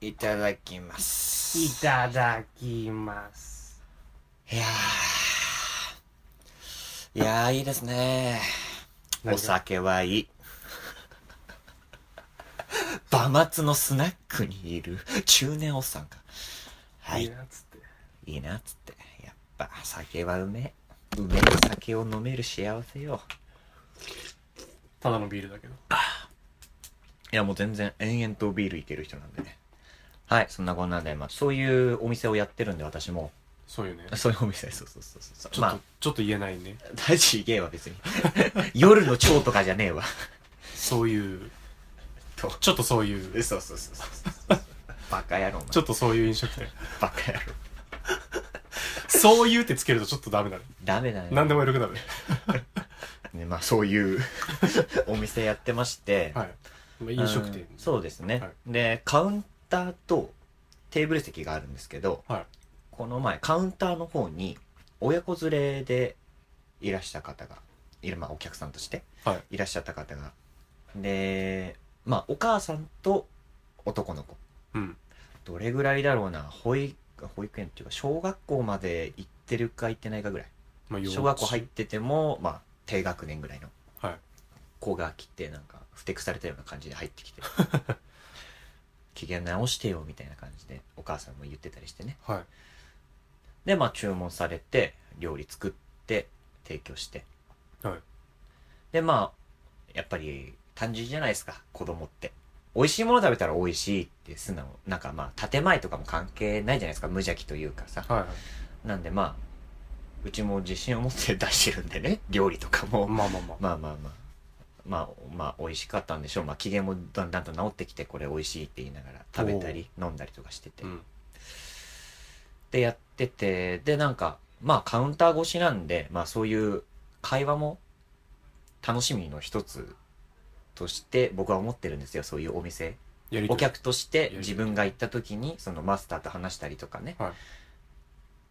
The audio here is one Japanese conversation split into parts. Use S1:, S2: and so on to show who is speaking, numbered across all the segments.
S1: いただきます。
S2: いただきます。
S1: いやー。いやー、いいですね。
S2: 何が
S1: お酒はいい。馬末のスナックにいる中年おっさんが。はいい
S2: い、なっつって。
S1: いいなっつって。やっぱ酒はうめえ。うめえ酒を飲める幸せよ。
S2: ただのビールだけど。
S1: いや、もう全然延々とビールいける人なんでね。はい、そんなこんなで、まあ、そういうお店をやってるんで、私も。
S2: そうよね。
S1: そういうお店、そうそうそうそう
S2: ちょっと、
S1: まあ、
S2: ちょっと言えないね。
S1: 大事いけえわ、別に。 夜の蝶とかじゃねえわ。
S2: そういう
S1: と、
S2: ちょっとそういう、
S1: そうそうそうそう。バカ野郎、
S2: ちょ
S1: っ
S2: っとそういう飲食店。
S1: とバカ野郎。
S2: そういうってつけるとちょっとダメだね。
S1: ダメだね。
S2: 何でも緩くなる。
S1: ね、まあ、そう いうお店やってまして。
S2: はい。まあ飲食店
S1: うん。そうですね、
S2: はい
S1: で、カウンターとテーブル席があるんですけど、
S2: はい
S1: この前、カウンターの方に、親子連れでいらした方が、いる、まあ、お客さんとして、
S2: はい
S1: らっしゃった方が。で、まあ、お母さんと男の子。
S2: うん。
S1: どれぐらいだろうな、保育保育園っていうか、小学校まで行ってるか行ってないかぐらい。
S2: まあ、幼稚
S1: 小学校入ってても、まあ、低学年ぐらいの
S2: はい
S1: 子が来てなんかふてくされたような感じで入ってき て機嫌直してよみたいな感じでお母さんも言ってたりしてね
S2: はい。
S1: でまあ注文されて料理作って提供して、
S2: はい
S1: でまあやっぱり単純じゃないですか子供って美味しいもの食べたら美味しいって素直なんかまあ建前とかも関係ないじゃないですか無邪気というかさ
S2: はいはい。
S1: なんでまあうちも自信を持って出してるんでね料理とかも
S2: まあまあまあ。
S1: まあまあまあまあまあ美味しかったんでしょうまあ機嫌もだんだんと治ってきてこれ美味しいって言いながら食べたり飲んだりとかしてて、
S2: うん。
S1: でやっててでなんかまあカウンター越しなんでまあそういう会話も楽しみの一つとして僕は思ってるんですよそういうお店
S2: やりと
S1: お
S2: り
S1: 客として
S2: り
S1: 自分が行った時にそのマスターと話したりとかね、
S2: はい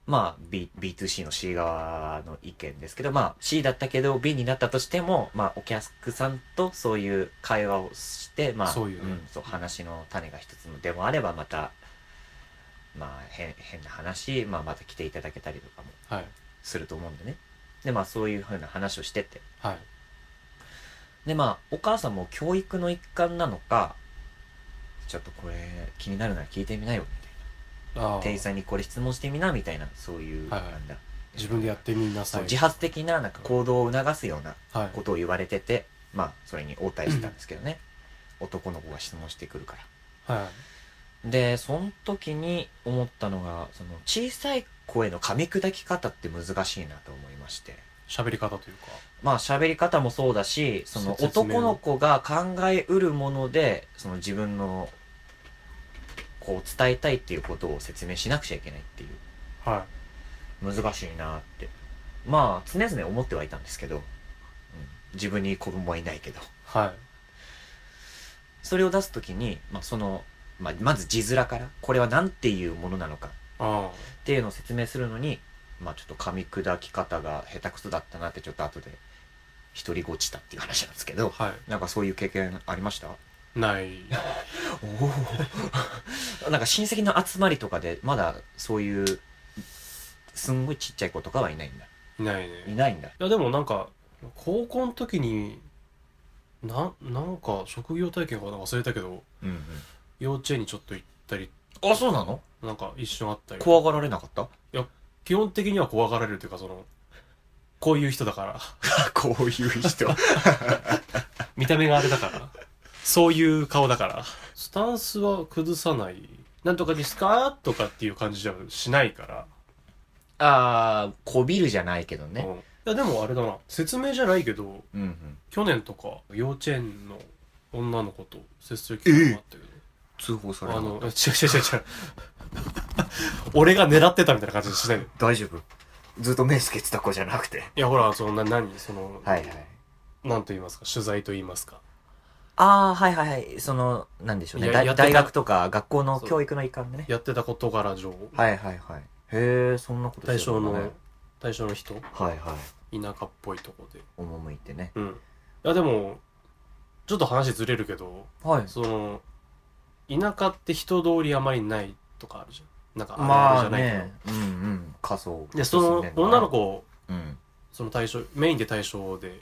S1: まあ、B、B2C の C 側の意見ですけど、まあ、C だったけど B になったとしても、まあ、お客さんとそういう会話をして、まあ、
S2: そういうね
S1: ん、そう話の種が一つのでもあればまた、まあ、変変な話、まあ、また来ていただけたりとかも
S2: はい。
S1: すると思うんでねでまあそういうふうな話をしてて
S2: はい。
S1: でまあお母さんも教育の一環なのかちょっとこれ気になるなら聞いてみなよみたい
S2: あ
S1: な店員
S2: あ。
S1: さんにこれ質問してみなみたいなそういう
S2: は
S1: ない
S2: はい
S1: んだ、
S2: 自分でやってみな
S1: そ
S2: さ
S1: う
S2: い。
S1: 自発的ななんか行動を促すような
S2: はい。
S1: ことを言われててまあそれに応対してたんですけどね、男の子が質問してくるから
S2: は
S1: でその時に思ったのがその小さい声の噛み砕き方って難しいなと思いまして
S2: い。喋り方というか。
S1: まあ喋り方もそうだし、その
S2: 説明
S1: 男の子が考えうるもので、その自分の、こう伝えたいっていうことを説明しなくちゃいけないっていう、
S2: は
S1: 難しいなって。まあ常々思ってはいたんですけど、うん自分に子供はいないけど。
S2: い。はい。
S1: それを出すときに、まあその、まあまず字面から、これは何ていうものなのか
S2: あ
S1: っていうのを説明するのに、まあちょっと噛み砕き方が下手くそだったなってちょっと後で、独りごちたっていう話なんですけ
S2: あ。
S1: ど、
S2: は
S1: なんかそういう経験ありました
S2: い。ない。
S1: お なんか親戚の集まりとかでまだそういうすんごいちっちゃい子とかはいないんだ
S2: いない
S1: い
S2: ね。
S1: ないんだ
S2: いや、でもなんか、高校の時に、な、なんか、職業体験かな忘れたけど、
S1: うんうん
S2: 幼稚園にちょっと行ったり、
S1: あそうなの
S2: なんか一緒にあったり。
S1: 怖がられなかった
S2: 基本的には怖がられるというか、その、こういう人だから。
S1: こういう人
S2: 見た目があれだから。そういう顔だから。スタンスは崩さない。なんとかですかとかっていう感じじゃしないから。
S1: ああこびるじゃないけど
S2: う
S1: ね
S2: んいや、でもあれだな。説明じゃないけど、
S1: うんうん
S2: 去年とか、幼稚園の女の子と接する機会もあったけど。
S1: 通報され
S2: あ
S1: なか
S2: の
S1: っ、
S2: 違う違う違う違う。俺が狙ってたみたいな感じにしないで。
S1: た大丈夫ずっと目つけてた子じゃなくて
S2: いや、ほら、その、な、何その、
S1: はいはい
S2: なんと言いますか、取材と言いますか。
S1: ああはいはいはいそのなんでしょうね
S2: や
S1: 大
S2: やってた
S1: 大学とか学校の教育の一環でね
S2: やってた事柄上、
S1: はいはいはいへえそんなこと
S2: 対
S1: してた
S2: 象
S1: んだね
S2: の、対象の人、
S1: はいはい
S2: 田舎っぽいとこで。
S1: 赴いてね
S2: うん。いや、でも、ちょっと話ずれるけど、
S1: はい
S2: その、田田舎って人通りあまりないとかあるじゃん。なんか
S1: ま
S2: る
S1: あ
S2: じゃないけど
S1: ね、うんうん、仮想。
S2: で、その女の、子、
S1: うん。
S2: その対象、メインで対象で、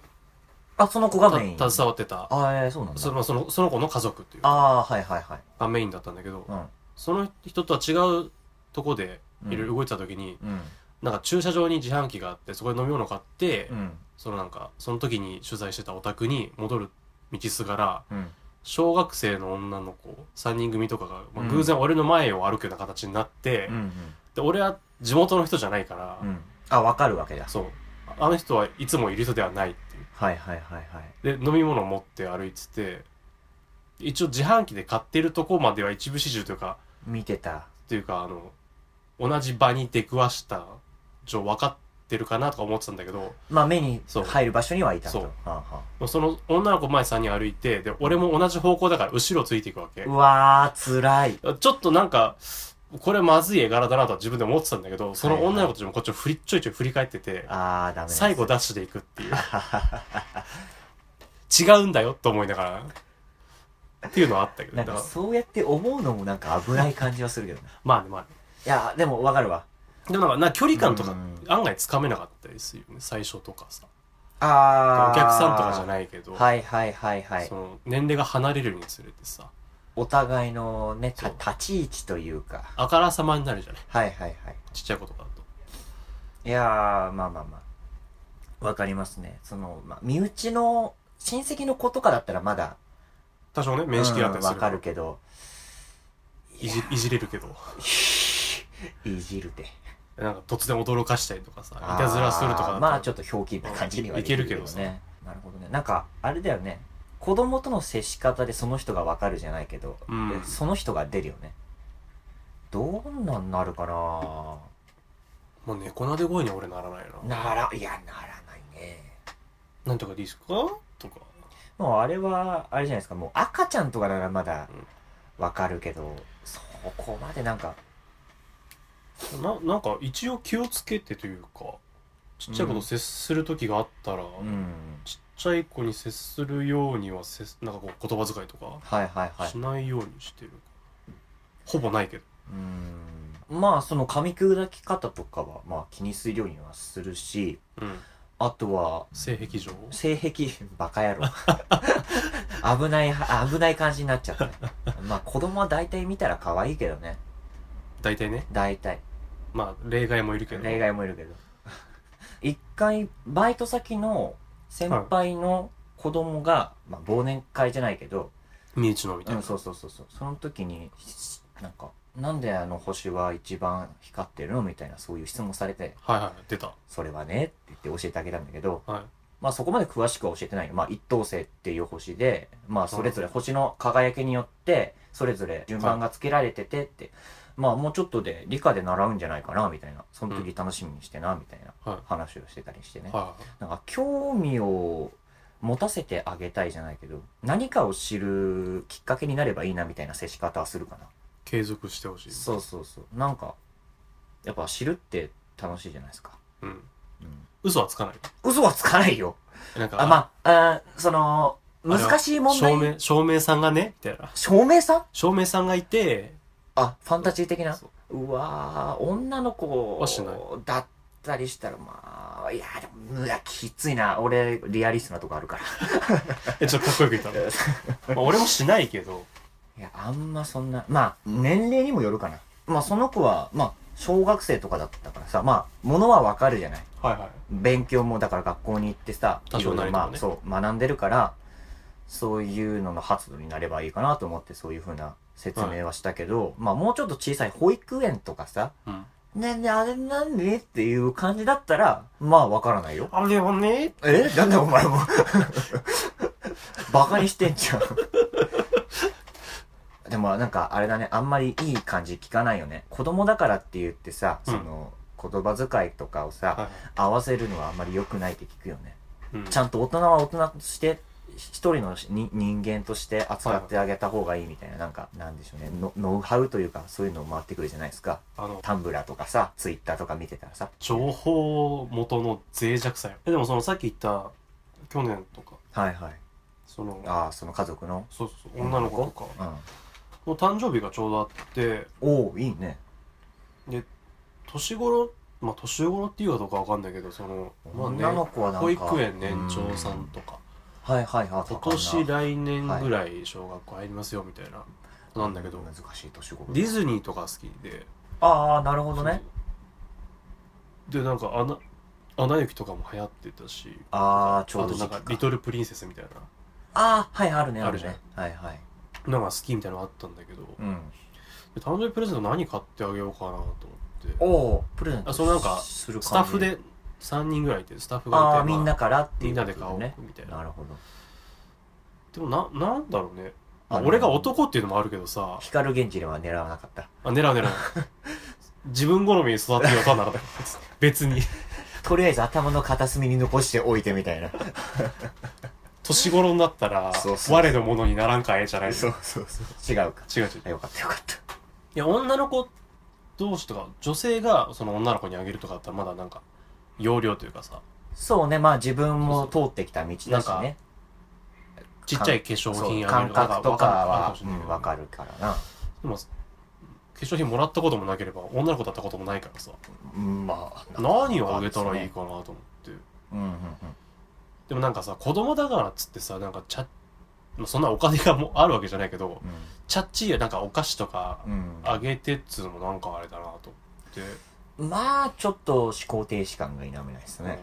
S1: あ、その子
S2: た
S1: がメイン。
S2: 携わってた、
S1: ああ、えーそうなんだ。
S2: そのそのその子の家族っていうか
S1: ああ、はいはいはい。
S2: がメインだったんだけど、
S1: うん
S2: その人とは違うとこでいろいろ動いてた時に、
S1: うん。
S2: なんか駐車場に自販機があって、そこで飲み物買って、
S1: うん。
S2: そのなんか、その時に取材してたお宅に戻る道すがら、
S1: うん。
S2: 小学生の女の子、3人組とかが、まあ
S1: うん
S2: 偶然俺の前を歩くような形になって、
S1: うん。うん
S2: で、俺は地元の人じゃないから、
S1: うん。あ、わかるわけだ。
S2: そう、あの人はいつもいる人ではないっていう。
S1: はいはいはいはい。
S2: で飲み物を持って歩いてて一応自販機で買ってるとこまでは一部始終というか
S1: 見てた。
S2: というかあの同じ場に出くわした状分かってるかなとか思ってたんだけど
S1: まあ目に
S2: そう
S1: 入る場所にはいたと。
S2: そう
S1: はあは
S2: その女の子前3人歩いてで俺も同じ方向だから後ろついていくわけ
S1: あ、うわー、辛い。
S2: ちょっとなんかこれまずい絵柄だなとは自分でも思ってたんだけどその
S1: はいはい
S2: 女の子たちもこっちを振りちょいちょい振り返ってて
S1: ああ、ダメです
S2: 最後ダッシュでいくっていう 違うんだよと思いながらっていうのはあったけど
S1: なん
S2: だ
S1: か
S2: から
S1: そうやって思うのもなんか危ない感じはするけどね。
S2: まあねまあね
S1: いや、でもわかるわ。
S2: でもなんかな距離感とか
S1: うん
S2: 案外つかめなかったりするよね最初とかさ
S1: ああ。
S2: お客さんとかじゃ
S1: い。
S2: ないけど、
S1: はいはいはいはい
S2: そ。の年齢が離れるにつれてさ
S1: お互いのね、た
S2: そう
S1: 立ち位置というか。
S2: あからさまになるじゃない
S1: はいはいはい。
S2: ちっちゃい子とかだと
S1: いやー、まあまあまあ。わかりますね。その、まあ、身内の親戚の子とかだったらまだ、
S2: 多少ね面識があったり
S1: うん
S2: す
S1: わ
S2: る
S1: かるけど、
S2: いじいじれるけど
S1: いじるて。
S2: なんか突然驚かしたりとかさいたずらするとかだ
S1: あ
S2: と
S1: ーまあちょ
S2: ょっ
S1: っとひょうきんな感じにはい
S2: けるけ
S1: よ
S2: どさ
S1: ねなるほどねなんかあれだよね子供との接し方でその人がわかるじゃないけど、
S2: うん
S1: その人が出るよねどんなんなるかな
S2: もう猫なで声には俺ならないな
S1: ならいやならないね
S2: なんとかでいいですかとか
S1: もうあれはあれじゃないですかもう赤ちゃんとかならまだわかるけど、そこまでなんか
S2: ななんか一応気をつけてというかちっちゃい子と接する時があったら、
S1: うん
S2: ちっちゃい子に接するようには接すなんかこう言葉遣いとか
S1: はいはいはい
S2: しないようにしてる、ほぼないけど
S1: うんまあその噛み砕き方とかはまあ気にするようにはするし
S2: うん
S1: あとは
S2: 性癖上
S1: 性癖、 バカ野郎。危ない、危ない感じになっちゃったね。まあ子供は大体見たら可愛いけどね。
S2: 大体ね
S1: 大体。
S2: まあ例外もいるけど
S1: 例外もいるけど。一回、バイト先の先輩の子供が、まあ忘年会じゃないけど、
S2: 身内のみた
S1: う
S2: い
S1: ん、
S2: な、
S1: そうそうそうそう。その時に、しなんか、なんであの星は一番光ってるのみたいなそういう質問されて、
S2: はいはい出た
S1: それはね、って言って教えてあげたんだけど、
S2: はい
S1: まあそこまで詳しくは教えてないけどまあ一等星っていう星で、まあそれぞれ星の輝きによって、それぞれ順番がつけられててって、まあもうちょっとで理科で習うんじゃないかな、みたいな。その時楽しみにしてな、みたい
S2: はい
S1: な話をしてたりしてね。
S2: は
S1: なんか興味を持たせてあげたいじゃないけど、何かを知るきっかけになればいいな、みたいな接し方はするかな。
S2: い継続してほしい
S1: そうそうそう。なんか、やっぱ知るって楽しいじゃないですか。
S2: うん
S1: うん。
S2: 嘘はつかない
S1: 嘘はつかないよ
S2: なんか
S1: あ、まあ、あーその、難しい問題。
S2: 照明照明さんがねみたいな
S1: 照明さん
S2: 照明さんがい て
S1: あ、ファンタジー的な
S2: そう
S1: うわー、女の子
S2: はしない
S1: だったりしたら、まあ、いや、でも、うわ、きついな。俺、リアリストなとこあるから。
S2: えちょっとかっこよく言 ったのまあ俺もしないけど
S1: いや、あんまそんな、まあ、年齢にもよるかな。まあ、その子は、まあ、小学生とかだったからさ、まあ、ものはわかるじゃない。
S2: はいはい
S1: 勉強もだから学校に行ってさ、
S2: 多少なりともね
S1: まあ、そう、学んでるから、そういうのの発度になればいいかなと思って、そういうふうな説明はしたけど、まあ、もうちょっと小さい保育園とかさ、
S2: うん
S1: ね、ね、あれ何っていう感じだったら、まあ、わからないよ。
S2: あれはね
S1: えなんだお前も。バカにしてんじゃん。でもなんかあれだね、あんまりいい感じ聞かないよね。子供だからって言ってさ、
S2: うん
S1: その、言葉遣いとかをさ、
S2: は
S1: 合わせるのはあんまり良くないって聞くよね。
S2: い、うん、
S1: ちゃんと大人は大人として、一人のに人間として扱ってあげた方がいいみたいな、なんか、なんでしょうねノ、ノウハウというか、そういうの回ってくるじゃないですか。
S2: あの
S1: タンブラーとかさ、ツイッターとか見てたらさ。
S2: 情報元の脆弱さよえでもそのさっき言った去年とか
S1: はいはい。
S2: その
S1: ああ、その家族の。
S2: そうそうそう女の子とか
S1: うん。
S2: の誕生日がちょうどあって、
S1: おおいいね
S2: 年頃、まあ年頃っていうかどうかわかんないけど、その、まあね
S1: 女の子はなんか
S2: 保育園年長さんとか、
S1: はいはいはい
S2: 今年来年ぐ
S1: い
S2: らい小学校入りますよみたいな、なんだけど、
S1: 難しい年頃
S2: ディズニーとか好きで、
S1: ああなるほどね
S2: で、なんか、アナ、アナ雪とかも流行ってたし、
S1: ああちょ
S2: あ
S1: うど
S2: と
S1: 時
S2: なん
S1: 期
S2: か、リ
S1: か
S2: トルプリンセスみたい
S1: ああはいあるねある
S2: ある
S1: ねはいはい
S2: な、なんか好きみたいなのあったんだけど、
S1: うん
S2: で誕生日プレゼント何買ってあげようかなと思って、
S1: おおプレゼント
S2: あそうなんか
S1: する感じ
S2: スタッフで3人ぐらいいて、スタッフがいて、
S1: ああ
S2: ま
S1: みんなからってい
S2: み
S1: うんこと
S2: なで買おう
S1: ね
S2: みたいな。
S1: なるほど
S2: でもな、なんだろうね。まあ
S1: あの
S2: 俺が男っていうのもあるけどさ、
S1: 光源氏では狙わなかった
S2: あ、狙 う狙う。自分好みに育てようとはならない。別に。
S1: とりあえず頭の片隅に残しておいてみたいな
S2: 年頃になったら
S1: そうそう、そう
S2: 我のものにならんかええじゃない違う
S1: う そうそう違うか
S2: 違う。
S1: あよかったよかった
S2: いや、女の子同士とか、女性がその女の子にあげるとかだったらまだなんか、容量というかさ、
S1: そうねまあ自分も通ってきた道だし
S2: なん
S1: ね
S2: ちっちゃい化粧
S1: そう
S2: 品あげ
S1: 感
S2: るとか
S1: 覚とかは
S2: わかる
S1: うんわか。るからな
S2: でも、化粧品もらったこともなければ、女の子だったこともないからさ、
S1: うんまあ
S2: 何をあげたらいいかなと思って。
S1: うんうんうん
S2: でもなんかさ、子供だからっつってさ、なんかちゃ、まあそんなお金がもうあるわけじゃないけど、ちゃっちいやなんかお菓子とか
S1: うん
S2: あげてっつうのもなんかあれだなと思って。
S1: まあちょっと思考停止感が否めないですね、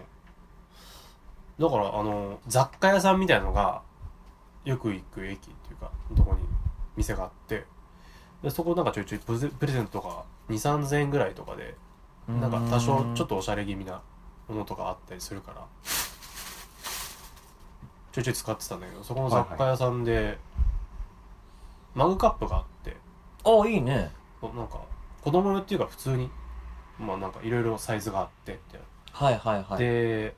S2: うんだから、あの、雑貨屋さんみたいなのが、よく行く駅っていうか、どこに店があって、でそこなんかちょいちょいプレゼプレゼントとか、2、3000円ぐらいとかで、なんか多少ちょっ
S1: と
S2: とおしゃれ気味なものとかあったりするから、ちょいちょい使ってたんだけど、そこの雑貨屋さんで、マグカップがあって、
S1: あいいね
S2: そうなんか、子供用っていうか普通に、まあなんかいろいろサイズがあって、みたいな。
S1: はいはいはい
S2: で、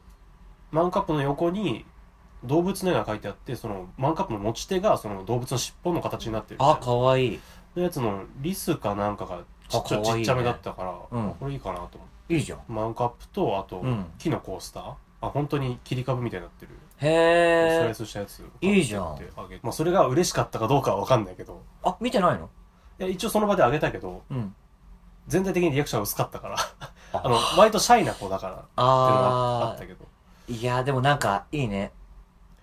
S2: マンカップの横に動物の絵が書いてあって、そのマンカップの持ち手がその動物の尻尾の形になってるみたい
S1: あ
S2: な。
S1: かわいい
S2: のやつのリスかなんかがちっちゃ
S1: あ可愛い
S2: ち
S1: ね
S2: っちゃめだったから、
S1: うん
S2: これいいかなと思って。
S1: いいじゃん
S2: マンカップと、あと、
S1: うん
S2: 木のコースター。あ、本当に切り株みたいになってる。スラ
S1: へ
S2: イ
S1: え
S2: スしたやつ。
S1: いいじゃん
S2: 買ってあげてまあそれが嬉しかったかどうかはわかんないけど。
S1: あ見てないの
S2: いや、一応その場であげたけど、
S1: うん
S2: 全体的にリアクションが薄かったから。
S1: あ
S2: あの、割とシャイな子だからっていうのがあ
S1: あ
S2: ったけど。
S1: ーいやでもなんかいいね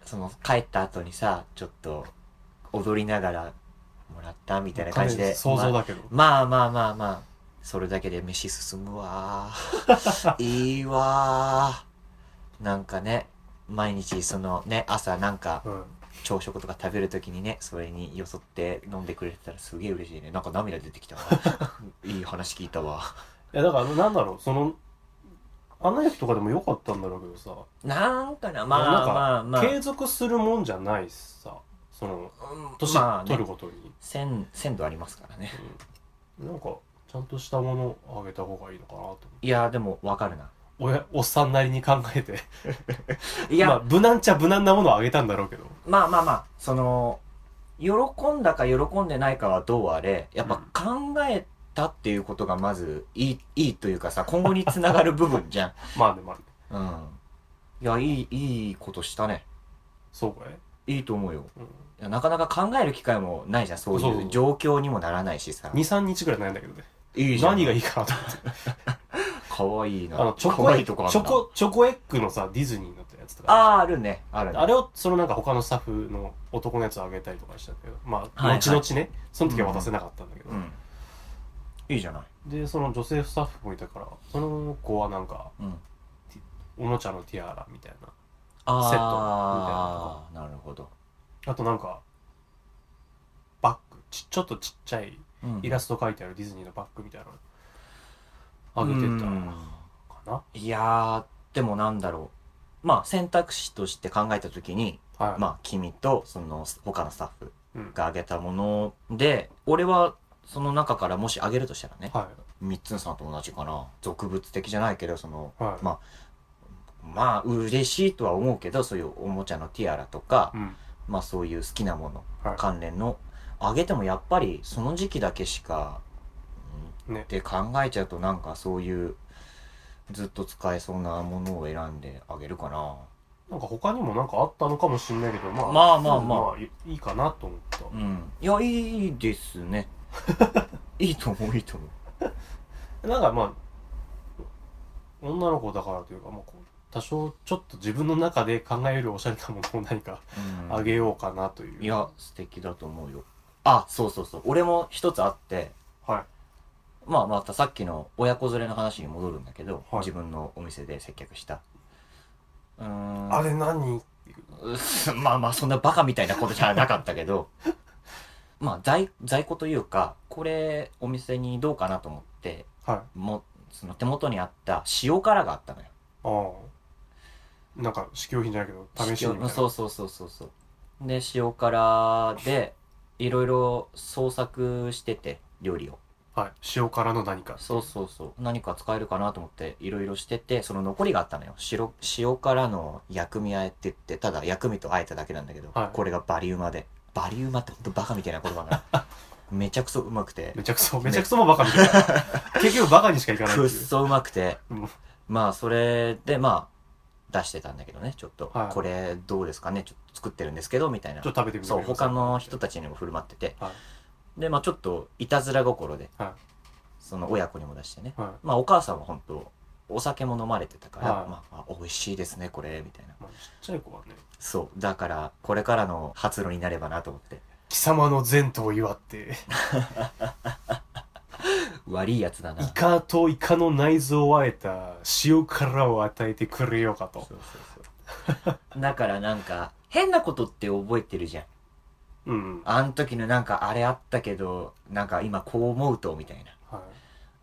S1: その帰った後にさちょっと踊りながらもらったみたいな感じ
S2: 完全
S1: で
S2: に想像
S1: ま
S2: だけど。
S1: まあまあまあまあそれだけで飯進む わーいいわーなんかね毎日そのね朝なんか
S2: うん。
S1: 朝食とか食べるときにねそれによそって飲んでくれてたらすげえ嬉しいねなんか涙出て きたわいい話聞いたわ
S2: いや、だから、なんだろう、その、アナ雪とかでもよかったんだろうけどさ、
S1: なんかな
S2: まあ
S1: ま
S2: なん
S1: あ
S2: か
S1: まあまあ
S2: 継続するもんじゃないしさ、その、
S1: うん
S2: 年
S1: まあ
S2: 取
S1: ね
S2: ることに。
S1: 鮮鮮度ありますからね
S2: うんなんか、ちゃんとしたものをあげた方がいいのかなと
S1: いやでもわかるな
S2: 思う。おや、おっさんなりに考えて。
S1: い
S2: まあ、
S1: や、
S2: 無難っちゃ無難なものをあげたんだろうけど。
S1: まあまあまあその喜んだか喜んでないかはどうあれやっぱ考えたっていうことがまずいいいいというかさ今後につながる部分 じゃ
S2: まあね、まあね。
S1: んうんいやいいいいことしたね
S2: そうかい
S1: いいと思うよ
S2: うん。
S1: いやなかなか考える機会もないじゃんそう
S2: そう
S1: い
S2: そう
S1: う状況にもならないしさ
S2: 2、3日ぐらい悩んだけどね。
S1: いいじゃん
S2: 何がいいかなと思って。
S1: かわいいな
S2: あの、チョ
S1: 可
S2: コエ
S1: 愛い
S2: ッ
S1: と
S2: グ
S1: こあ、る
S2: チ
S1: な
S2: ョコ、チョコエッグのさ、ディズニーになったやつとか。
S1: あーあるねあるね
S2: あれをそのなんか他のスタッフの男のやつをあげたりとかしたけどまあ
S1: はいはい
S2: 後々ね、その時は渡せなかったんだけど、
S1: うんいいじゃない
S2: でその女性スタッフもいたからその子はなんか
S1: うん
S2: おもちゃのティアラみたいな
S1: あ
S2: セットみたいなの
S1: あーなるほど、
S2: あとなんかバッグちちょっとちっちゃい
S1: うん
S2: イラスト描いてあるディズニーのバッグみたいなのあげてた
S1: うん
S2: かな、
S1: いやーでもなんだろうまあ選択肢として考えた時に
S2: はい、
S1: まあ君とその他のスタッフ
S2: うん
S1: が挙げたもので俺はその中からもし挙げるとしたらね
S2: は
S1: 三つのさんと同じかな俗物的じゃないけどその
S2: いはい、
S1: ままあ嬉しいとは思うけどそういうおもちゃのティアラとか、
S2: うん
S1: まあそういう好きなもの
S2: はい
S1: 関連のあげてもやっぱりその時期だけしか、うん
S2: ね
S1: って考えちゃうとなんかそういうずっと使えそうなものを選んであげるかな
S2: なんか他にもなんかあったのかもしれないけど、まあ、
S1: まあまあまあ
S2: あいいいかなと思った。
S1: うん。いや、いいです ね。いいと思う、いいと思う。
S2: なんかまあ、女の子だからというか、まあ、こう多少ちょっと自分の中で考えるおしゃれなものを何か
S1: うん
S2: あげようかなという。
S1: いや、素敵だと思うよ。あ、そうそうそう。俺も一つあって、
S2: は
S1: まあまたさっきの親子連れの話に戻るんだけど、
S2: はい
S1: 自分のお店で接客した。うー
S2: い。
S1: ん。
S2: あれ何っていう
S1: うっすまあまあ、そん なバカみたいなことじゃなかったけど、 まあ在、在庫というか、これ、お店にどうかなと思って、
S2: はい。
S1: も、その手元にあった塩辛があったのよ。
S2: ああ。なんか、試供品じゃないけど、試しにみたいな。
S1: そうそうそうそうそうで塩辛でいろいろ創作してて料理を
S2: はい。塩辛の何か。
S1: そうそうそう何か使えるかなと思っていろいろしててその残りがあったのよ白塩辛の薬味あえって言ってただ薬味とあえただけなんだけど、
S2: はい
S1: これがバリウマでバリウマってほんとバカみたいな言葉が めちゃくそうまくて
S2: めちゃくそ、めちゃくそもバカ みたいな。結局バカにしかいかないって
S1: く
S2: い
S1: っ
S2: う。
S1: そうまくて
S2: うん
S1: まあそれでまあ出してたんだけどねちょっと、
S2: はい
S1: これどうですかねちょっと作ってるんですけどみたいな
S2: ちょっと食べてみて
S1: そう、
S2: ください
S1: 他の人たちにも振る舞ってて、
S2: は
S1: で、まあちょっと、いたずら心で、
S2: は
S1: その親子にも出してね。
S2: は
S1: まあお母さんは本当お酒も飲まれてたから、
S2: はい
S1: まあ、まあ、美味しいですね、これ、みたいな。
S2: い。まあ、ちっちゃい子はね、
S1: そう、だから、これからの発露になればなと思って、
S2: 貴様の前途を祝って、
S1: 悪いやつだな。
S2: イカとイカの内臓をあえた塩辛を与えてくれようか
S1: そう
S2: と。
S1: そうそう。 だからなんか、変なことって覚えてるじゃん。
S2: うん。
S1: あん時のなんか、あれあったけど、なんか今こう思うと、みたいな。
S2: は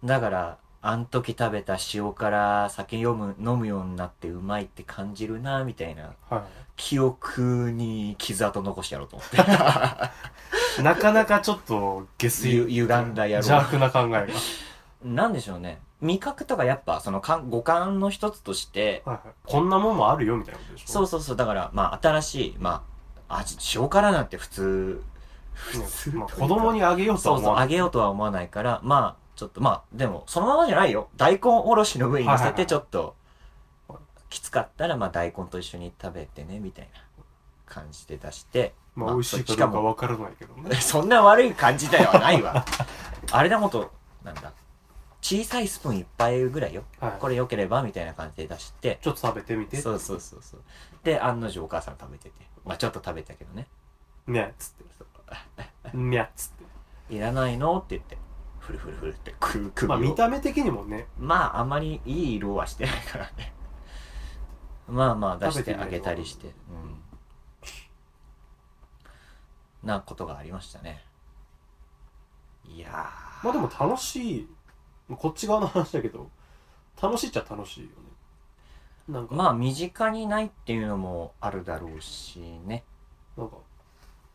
S2: い。
S1: だから、あん時食べた塩辛酒飲む、飲むようになってうまいって感じるな、みたいな。
S2: は
S1: 記憶に傷跡残してやろうと思 って。
S2: い。なかなかちょっと下水。
S1: ゆ歪んだ野郎
S2: 邪悪な考えが。はい
S1: なんでしょうね。味覚とかやっぱ、その感、五感の一つとして、
S2: はい。こんなもんもあるよみたいなことでしょ
S1: そうそうそう、だから、まあ、新しい、まあ、味、塩辛なんて普通、
S2: ねまあ、子供にあげようと
S1: そ
S2: は
S1: う
S2: 思
S1: そう、
S2: わな
S1: あ
S2: い。
S1: げようとは思わないから、まあ、ちょっと、まあ、でも、そのままじゃないよ。大根おろしの上に乗せ
S2: はいはいは
S1: て、
S2: い
S1: ちょっと、きつかったら、まあ、大根と一緒に食べてね、みたいな感じで出して、
S2: まあ、美味しいかどうかわからないけどね。
S1: そんな悪い感じではないわ。あれだこと、なんだ。小さいスプーン一杯ぐらいよ。
S2: はい。
S1: これ良ければ、みたいな感じで出して。
S2: ちょっと食べてみて。
S1: そうそうそうそう。で、案の定お母さん食べてて。まあちょっと食べたけどね。
S2: にゃっつ って。にゃっつって。
S1: いらないのって言って。ふるふるふるって食う、首を
S2: まあ、見た目的にもね。
S1: まあ、あまりいい色はしてないからね。まあまあ出し
S2: 食べ
S1: て
S2: てみ
S1: あ
S2: ない
S1: げたりして。うん。なことがありましたね。いやー。
S2: まあ、でも楽しい。こっち側の話だけど、楽しいっちゃ楽しいよね。なんか、
S1: まあ身近にないっていうのもあるだろうしね。
S2: なんか、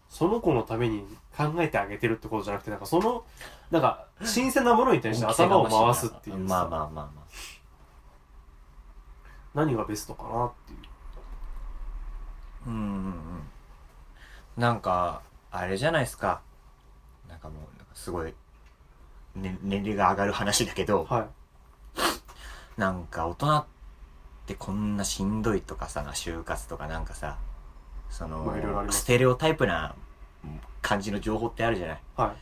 S2: その子のために考えてあげてるってことじゃなくて、なんかその、なんか、新鮮なものに対して頭を回すっていうさ
S1: まあまあまあまあ。
S2: 何がベストかなってい
S1: う
S2: う。
S1: んうんうん。なんか、あれじゃないですか。なんかもう、なんかすごい、ね、年齢が上がる話だけど、
S2: はい。
S1: なんか大人ってこんなしんどいとかさ、就活とかなんかさ、その、
S2: まあいろいろあります
S1: ステレオタイプな感じの情報ってあるじゃない。
S2: は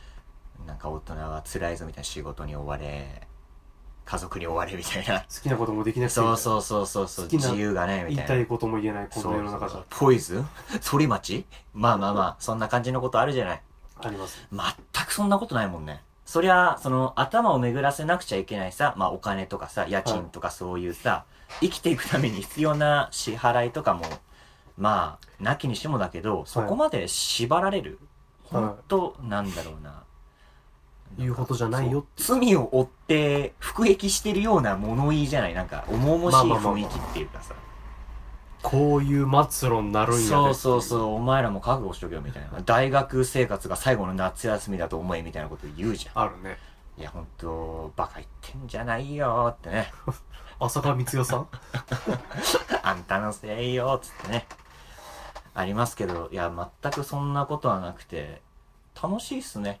S1: なんか大人は辛いぞみたいな仕事に追われ、家族に追われみ たいな。
S2: い。好きなこともできなくて。
S1: そうそうそうそうそう、
S2: 好きな
S1: 自由がないみ
S2: 言
S1: た
S2: い
S1: いな
S2: た。いことも言えない、こ
S1: そ
S2: の
S1: う
S2: 世の中じゃ
S1: ポイズン反町まあまあまあ、そんな感じのことあるじゃない。
S2: あります。
S1: 全くそんなことないもんね。そりゃ、その、頭を巡らせなくちゃいけないさ、まあお金とかさ、家賃とかそういうさ、生きていくために必要な支払いとかも、まあ、なきにしもだけど、そこまで縛られる。
S2: はい
S1: 本当なんだろうな。
S2: 言うことじゃないよ。
S1: そう罪を負って、服役してるような物言いじゃないなんか、重々しい
S2: まあまあまあ
S1: 雰囲
S2: まあ
S1: 気っていうかさ。
S2: こういう末路になるんやでってい
S1: そうそうそう
S2: う。
S1: お前らも覚悟しとけよみたいな大学生活が最後の夏休みだと思えみたいなこと言うじゃ
S2: あるね。
S1: んいやほんとバカ言ってんじゃないよってね
S2: 浅川光代 さん
S1: あんたのせいよっつってねありますけどいや全くそんなことはなくて楽しいっすね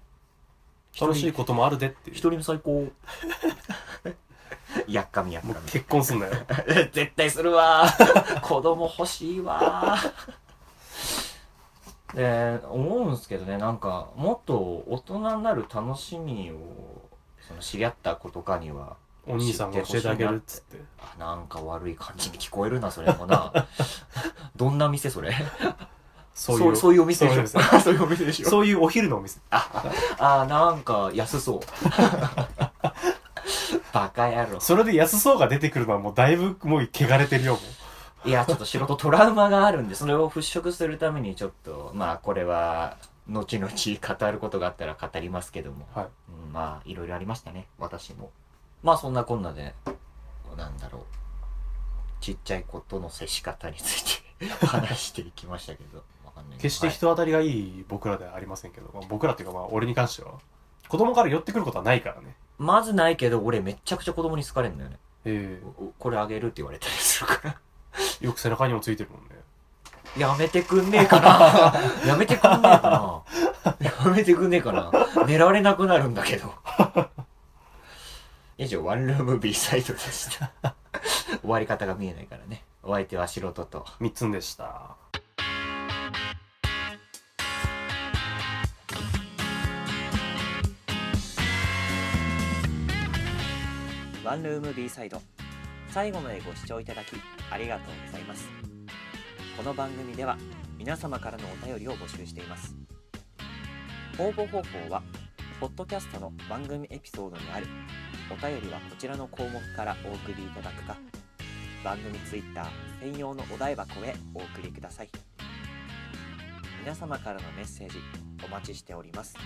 S2: 楽しいこともあるでっていう。
S1: 一人も最高 やっかみやっ
S2: もう
S1: かみ。
S2: 結婚すんなよ。
S1: 絶対するわ ー子供欲しいわ ーで思うんですけどねなんかもっと大人になる楽しみをその知り合った子とかには
S2: お兄さんが教えてあげるっつって。
S1: あなんか悪い感じに聞こえるなそれもな どんな店それ
S2: そういう、
S1: そういうお店でし
S2: そう
S1: ょ
S2: いう
S1: そういうお店で しょ
S2: そういうお昼のお店。
S1: あなんか安そう バカ野郎
S2: それで安そうが出てくるのはもうだいぶもう汚れてるよ、も
S1: いや、ちょっと仕事トラウマがあるんで、それを払拭するためにちょっと、まあ、これは、後々語ることがあったら語りますけども、
S2: はい。
S1: うんまあ、いろいろありましたね、私も。まあ、そんなこんなで、なんだろう、ちっちゃいことの接し方について 話していきましたけど、わかんないうけど
S2: 決して人当たりがいい僕らではありませんけど、まあ僕らっていうかまあ俺に関しては。子供から寄ってくることはないからね。
S1: まずないけど、俺めちゃくちゃ子供に好かれるんだよね。
S2: え
S1: おおこれあげるって言われたりするから。
S2: えよく背中にもついてるもんね。
S1: やめてくんねえかなやめてくんねえかなやめてくんねえかな寝られなくなるんだけど。以上、ワンルーム B サイドでした。終わり方が見えないからね。お相手は素人と。
S2: 三つんでした。
S1: ワンルーム B サイド最後までご視聴いただきありがとうございますこの番組では皆様からのお便りを募集しています応募方法はポッドキャストの番組エピソードにあるお便りはこちらの項目からお送りいただくか番組ツイッター専用のお台箱へお送りください皆様からのメッセージお待ちしております